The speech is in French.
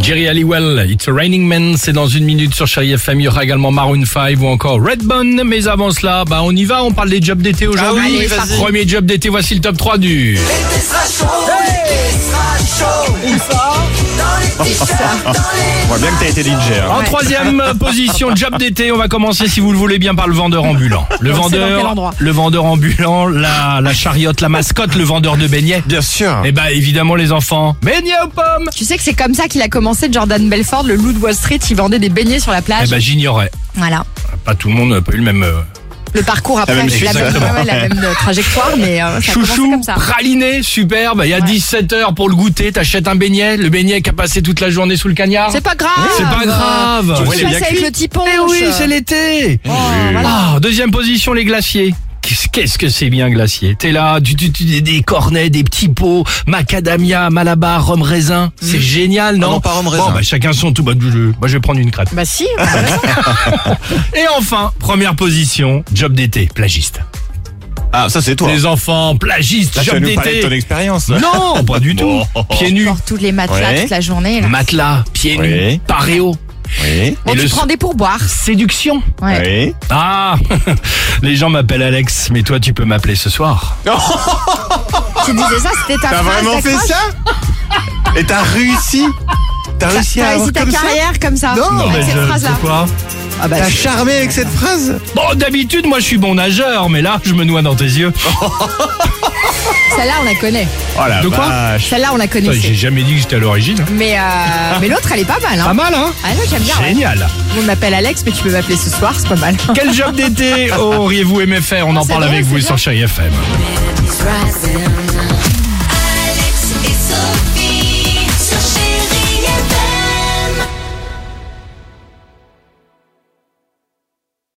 Jerry Halliwell, It's a Raining Man, c'est dans une minute sur Chérie FM. Il y aura également Maroon 5 ou encore Redbone. Mais avant cela, bah on y va, on parle des jobs d'été Ah oui, aujourd'hui. allez, vas-y. Premier job d'été, voici le top 3 du... L'été sera chaud, l'été sera chaud. Où ça Dans les t-shirts, dans les On voit bien que t'as été DJ. hein. En troisième position, job d'été, on va commencer si vous le voulez bien par le vendeur ambulant. Le On sait dans quel vendeur, endroit. le vendeur ambulant, la, la chariote, la mascotte, le vendeur de beignets. Bien sûr. Eh bah évidemment les enfants, beignets aux pommes Tu sais que c'est comme ça qu'il a commencé Jordan Belford, le loup de Wall Street, il vendait des beignets sur la Eh plage. bah j'ignorais. Voilà. Pas tout le monde n'a pas eu le même... euh, Le parcours après, même la, chose. même, Exactement. ouais, la même trajectoire, mais euh, ça a commencé Chouchou, comme ça. praliné, superbe. Il y a Ouais. 17 heures pour le goûter. T'achètes un beignet. Le beignet qui a passé toute la journée sous le cagnard. C'est pas grave. C'est pas grave. Tu Ouais, il est passes bien avec cuit. le petit ponche. Eh oui, c'est l'été. Oh, voilà. Ah, deuxième position, les glaciers. Qu'est-ce- Qu'est-ce que c'est bien glacier T'es là, tu, tu, tu- des cornets, des petits pots, macadamia, malabar, rhum Hmm. raisin. C'est génial, non, Ah non, pas rhum raisin. Bon, bah, chacun son tout. Bah, je, moi, je vais prendre une crêpe. Bah si. Et enfin, première position, job d'été, plagiste. Ah, ça c'est toi. Les enfants, plagiste, Là, tu vas job nous parler de ton d'été. expérience. là. Non, pas du tout. Bon. Pieds nus, Genre toutes les matelas Ouais. toute la journée. là. matelas, pieds nus, Oui. paréo, Oui. Bon, Et tu le- prends des pourboires. séduction. Ouais. Oui. Ah, les gens m'appellent Alex, mais toi tu peux m'appeler ce soir. Tu disais ça, c'était ta T'as phrase vraiment fait d'accroche. ça Et t'as réussi T'as réussi à T'as avoir réussi ta comme ça carrière comme ça. Non, Oh, avec cette phrase-là. pourquoi Ah bah, T'as charmé avec cette phrase Bon, d'habitude moi je suis bon nageur, mais là je me noie dans tes yeux. Celle-là, on la connaît. Oh la De quoi vache. Celle-là, on la Putain, J'ai connaissait. jamais dit que j'étais à l'origine. hein. Mais, euh, mais l'autre, elle est pas mal. Pas Hein. mal, hein Ah non, j'aime bien. ouais. Génial. On m'appelle Alex, mais tu peux m'appeler ce soir, c'est pas mal. Quel job d'été auriez-vous aimé faire On en Oh, C'est parle bien, avec c'est vous bien. sur Chérie FM. t-shirts.